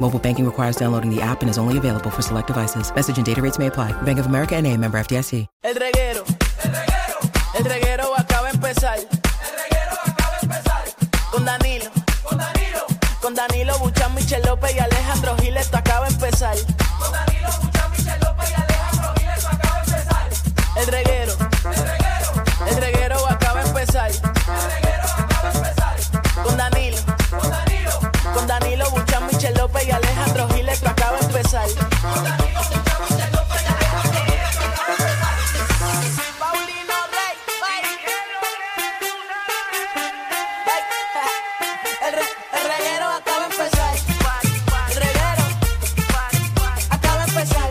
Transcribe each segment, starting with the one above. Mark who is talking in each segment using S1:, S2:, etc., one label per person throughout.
S1: Mobile banking requires downloading the app and is only available for select devices. Message and data rates may apply. Bank of America and a member FDIC.
S2: El reguero. El reguero. El reguero acaba de empezar. El reguero acaba de empezar. Con Danilo. Con Danilo. Con Danilo Buchan, Michel López y Alejandro Gil, esto acaba de empezar. Con Danilo Buchan, Michel López y Alejandro Gil, esto acaba de empezar. El reguero. El reguero. El reguero acaba de empezar. El reguero acaba de empezar. Con Danilo. Con Danilo. Con Danilo Buchan, Michel López y Alejandro Gil, esto acaba de empezar. Paulino Rey, El, re- el reguero acaba de empezar. El reguero acaba de empezar.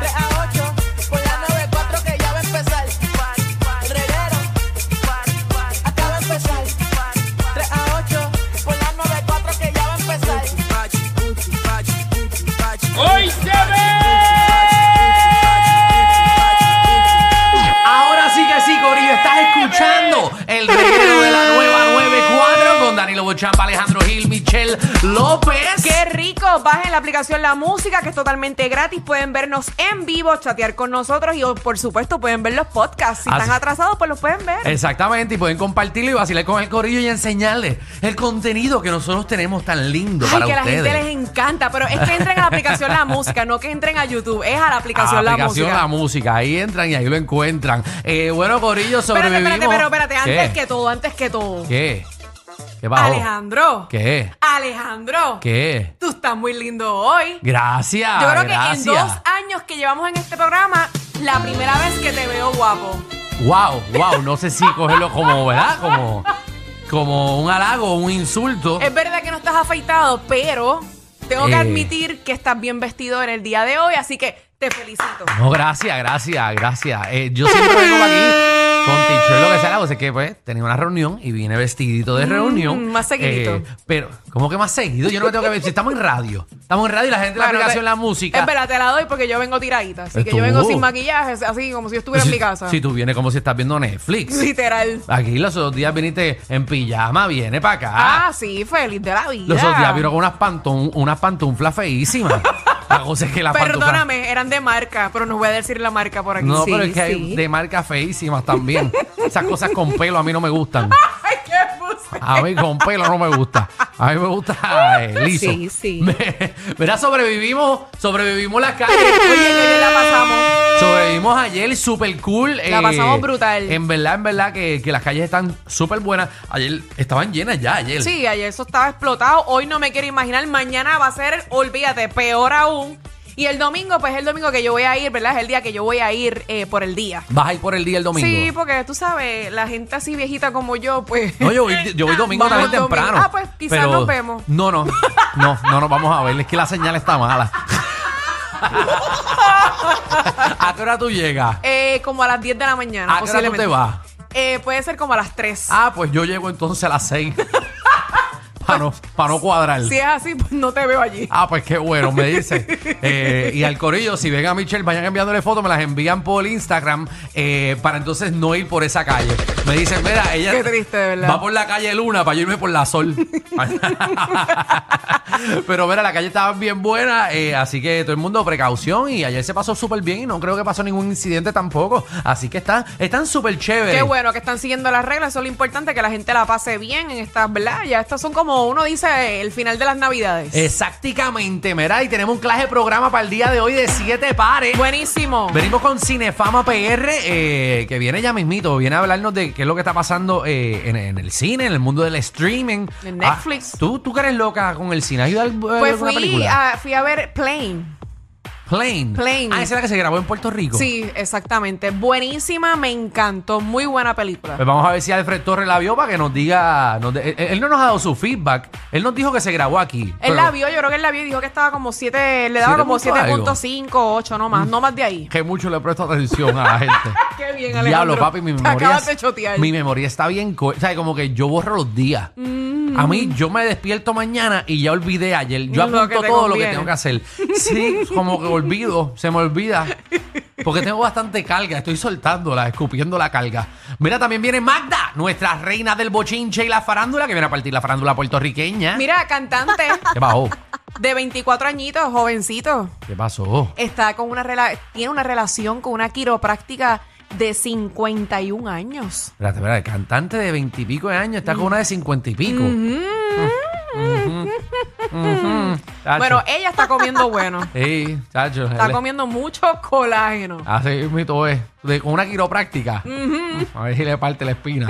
S2: 3 a 8 por la 94 que ya va a empezar. El reguero acaba de empezar. 3 a 8 por la 94 que ya va a empezar.
S3: ¡Hoy se ve!
S4: Ahora sí que sí, Corillo, estás escuchando el reguero de la nueva 94 con Danilo Bochampa, Alejandro Gil, Michelle López.
S5: ¡Qué rico! Bajen la aplicación La Música, que es totalmente gratis. Pueden vernos en vivo, chatear con nosotros y, oh, por supuesto, pueden ver los podcasts. Si
S4: Así-
S5: están atrasados, pues los pueden ver.
S4: Exactamente, y pueden compartirlo y vacilar con el Corillo y enseñarles el contenido que nosotros tenemos tan lindo
S5: Ay,
S4: para
S5: que a la
S4: ustedes.
S5: gente les encanta, pero es que entren a la aplicación La Música, no que entren a YouTube, es a la aplicación,
S4: Aplicación
S5: La Música.
S4: Ahí entran y ahí lo encuentran. Eh, bueno, Corillo,
S5: espérate,
S4: sobrevivimos.
S5: espérate, pero espérate, antes
S4: ¿Qué?
S5: que todo, antes que todo.
S4: ¿Qué? ¿Qué pasó?
S5: Alejandro.
S4: ¿Qué?
S5: Alejandro.
S4: ¿Qué?
S5: Tú estás muy lindo hoy.
S4: Gracias.
S5: Yo creo que
S4: gracias.
S5: en dos años que llevamos en este programa, la primera vez que te veo guapo.
S4: Wow, wow, no sé si cogerlo como, ¿verdad? Como, como un halago, un insulto.
S5: Es verdad que no estás afeitado, pero tengo que
S4: Eh.
S5: admitir que estás bien vestido en el día de hoy, así que te felicito.
S4: No, gracias, gracias, gracias. Eh, yo siempre vengo pa' aquí con teacher lo que sea, la cosa es que pues tenía una reunión y vine vestidito de reunión.
S5: Mm,
S4: Eh,
S5: más seguidito.
S4: pero, ¿cómo que más seguido? Yo no me tengo que ver. Si estamos en radio, estamos en radio y la gente,
S5: Bueno,
S4: la aplicación,
S5: te-
S4: la música.
S5: Es verdad, te la doy porque yo vengo tiradita. Así que
S4: Estuvo.
S5: yo vengo sin maquillaje, así como si yo estuviera
S4: si,
S5: en mi casa.
S4: si tú vienes como si estás viendo Netflix.
S5: Literal.
S4: Aquí los otros días viniste en pijama, viene para acá.
S5: Ah, sí, feliz de la vida.
S4: Los otros días vieron con unas, pantun, unas pantuflas feísimas. La cosa es que las pantuflas-
S5: Perdóname, eran de marca, pero no voy a decir la marca por aquí.
S4: No,
S5: Sí,
S4: pero es que hay
S5: sí.
S4: de marcas feísimas también. Esas cosas con pelo a mí no me gustan.
S5: Ay, qué puse.
S4: A mí con pelo no me gusta. A mí me gusta eh, liso.
S5: Sí, sí.
S4: Verá, sobrevivimos, sobrevivimos las calles.
S5: Oye, que bien la pasamos.
S4: Sobrevivimos ayer, super cool. eh,
S5: La pasamos brutal.
S4: En verdad, en verdad que, que las calles están súper buenas. Ayer estaban llenas ya, ayer.
S5: Sí, ayer eso estaba explotado. Hoy no me quiero imaginar. Mañana va a ser, olvídate, peor aún. Y el domingo, pues es el domingo que yo voy a ir, ¿verdad? Es el día que yo voy a ir eh, por el día.
S4: Vas a ir por el día el domingo.
S5: Sí, porque tú sabes, la gente así viejita como yo, pues.
S4: No, yo voy, yo voy domingo
S5: Vamos
S4: también
S5: domingo.
S4: temprano.
S5: Ah, pues, quizás
S4: pero-
S5: nos vemos.
S4: No, no, no, no nos vamos a ver. Es que la señal está mala. ¿A qué hora tú llegas?
S5: Eh, como a las 10 de la mañana.
S4: ¿A Ah, qué hora tú te
S5: posiblemente.
S4: vas?
S5: Eh, puede ser como a las 3.
S4: Ah, pues yo llego entonces a las 6. para, no, pa' no cuadrar.
S5: Si es así, pues no te veo allí.
S4: Ah, pues qué bueno, me dice. Eh, y al corillo, si ven a Michelle, vayan enviándole fotos, me las envían por Instagram eh, para entonces no ir por esa calle. Me dicen, mira, ella
S5: Qué triste, de verdad.
S4: va por la calle Luna para yo irme por la Sol. Pero mira, la calle estaba bien buena, eh, así que todo el mundo precaución y ayer se pasó súper bien y no creo que pasó ningún incidente tampoco. Así que está, están súper chéveres.
S5: Qué bueno que están siguiendo las reglas. Eso es lo importante, que la gente la pase bien en estas, ¿verdad? Ya estas son como como uno dice el final de las navidades.
S4: Exactamente, mira, y tenemos un clase de programa para el día de hoy de siete pares.
S5: Buenísimo.
S4: Venimos con Cinefama PR, eh, que viene ya mismito, viene a hablarnos de qué es lo que está pasando eh, en, en el cine, en el mundo del streaming.
S5: En Netflix.
S4: Ah, ¿tú, ¿Tú que eres loca con el cine? ¿Has ido a alg- a
S5: Pues
S4: alguna
S5: fui
S4: película?
S5: a, fui a ver Plane.
S4: Plane.
S5: Plane.
S4: Ah, esa es la que se grabó en Puerto Rico.
S5: Sí, exactamente. Buenísima, me encantó. Muy buena película.
S4: Pues vamos a ver si Alfred Torres la vio para que nos diga. nos de- él, él no nos ha dado su feedback. Él nos dijo que se grabó aquí.
S5: Él
S4: pero-
S5: la vio, yo creo que él la vio y dijo que estaba como 7, le daba
S4: Siete
S5: como
S4: punto algo. Mm.
S5: 7.5, 8, no más, no más de ahí.
S4: Que mucho le presto atención a la gente.
S5: Qué bien,
S4: Diablo, papi, mi
S5: Te
S4: memoria.
S5: Acabas de chotear.
S4: Mi memoria está bien. co- O sea, como que yo borro los días.
S5: Mm.
S4: A mí, yo me despierto mañana y ya olvidé ayer. Yo
S5: Lo que
S4: apunto
S5: te
S4: todo lo que
S5: conviene.
S4: tengo que hacer. Sí, como que olvido, se me olvida. Porque tengo bastante carga, estoy soltándola, escupiendo la carga. Mira, también viene Magda, nuestra reina del bochinche y la farándula, que viene a partir la farándula puertorriqueña.
S5: Mira, cantante
S4: ¿Qué pasó?
S5: de 24 añitos, jovencito.
S4: ¿Qué pasó?
S5: Está con una rela- tiene una relación con una quiropráctica de 51 años.
S4: Espérate, espérate, el cantante de veintipico de años está con una de cincuenta y pico. Ujú. Ujú. Chacho.
S5: Bueno, ella está comiendo bueno.
S4: Sí, chacho.
S5: Está
S4: él-
S5: comiendo mucho colágeno.
S4: Así mismo es. eh, De, con una quiropráctica. A ver si le parte la espina.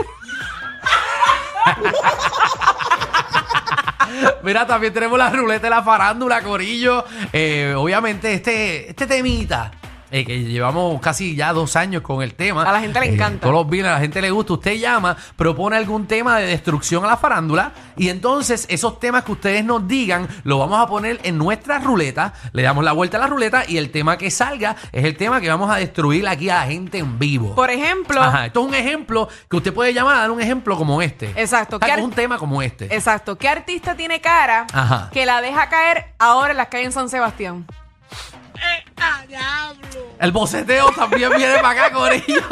S4: Mira, también tenemos la ruleta de la farándula, Corillo. Eh, obviamente, este, este temita. eh, que llevamos casi ya dos años con el tema. Eh,
S5: A la gente le encanta.
S4: Todos los viernes Pues a la gente le gusta. Usted llama, propone algún tema de destrucción a la farándula y entonces esos temas que ustedes nos digan lo vamos a poner en nuestra ruleta. Le damos la vuelta a la ruleta y el tema que salga es el tema que vamos a destruir aquí a la gente en vivo.
S5: Por ejemplo,
S4: Ajá, esto es un ejemplo que usted puede llamar a dar un ejemplo como este.
S5: Exacto.
S4: O sea,
S5: ¿Qué
S4: con
S5: ar-
S4: un tema como este.
S5: exacto, ¿qué artista tiene cara
S4: Ajá.
S5: que la deja caer ahora en las calles en San Sebastián?
S4: El boceteo también viene para acá, Corillo.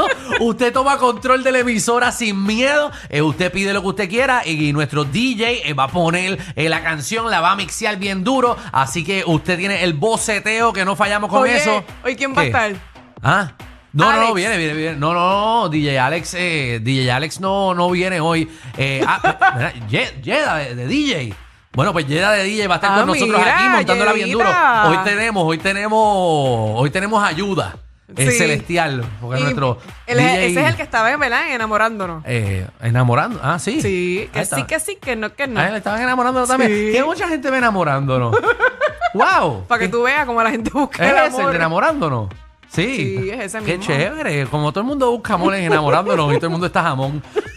S4: Usted toma control de la emisora sin miedo. Eh, usted pide lo que usted quiera y nuestro DJ eh, va a poner eh, la canción, la va a mixear bien duro. Así que usted tiene el boceteo, que no fallamos con
S5: Oye,
S4: eso.
S5: ¿hoy quién va a
S4: ¿Qué?
S5: estar?
S4: ¿Ah? No, no, no,
S5: Alex.
S4: viene, viene, viene. No, no, no, DJ Alex, eh, DJ Alex no, no viene hoy. Eh, ah, mira, Ye- Yeda de, de DJ. Bueno, pues Yeda de DJ va a estar
S5: Ah,
S4: con nosotros
S5: mira,
S4: aquí montándola bien duro.
S5: Yedita.
S4: Hoy tenemos, hoy tenemos, hoy tenemos ayuda. El
S5: Sí.
S4: celestial, porque
S5: Y
S4: nuestro
S5: el-
S4: DJ,
S5: Ese es el que estaba, ¿verdad? Enamorándonos.
S4: eh, enamorando. Ah, sí.
S5: Sí,
S4: Ahí
S5: que
S4: está.
S5: sí, que sí, que no, que no.
S4: Ah, le estaban enamorando también.
S5: Sí.
S4: Que mucha gente ve enamorándonos. wow.
S5: Para que tú veas cómo la gente busca
S4: ¿Es
S5: el
S4: ese, el
S5: amor.
S4: de enamorándonos? Sí.
S5: Sí, es ese
S4: Qué
S5: mismo.
S4: chévere. Como todo el mundo busca amor en enamorándonos y todo el mundo está jamón.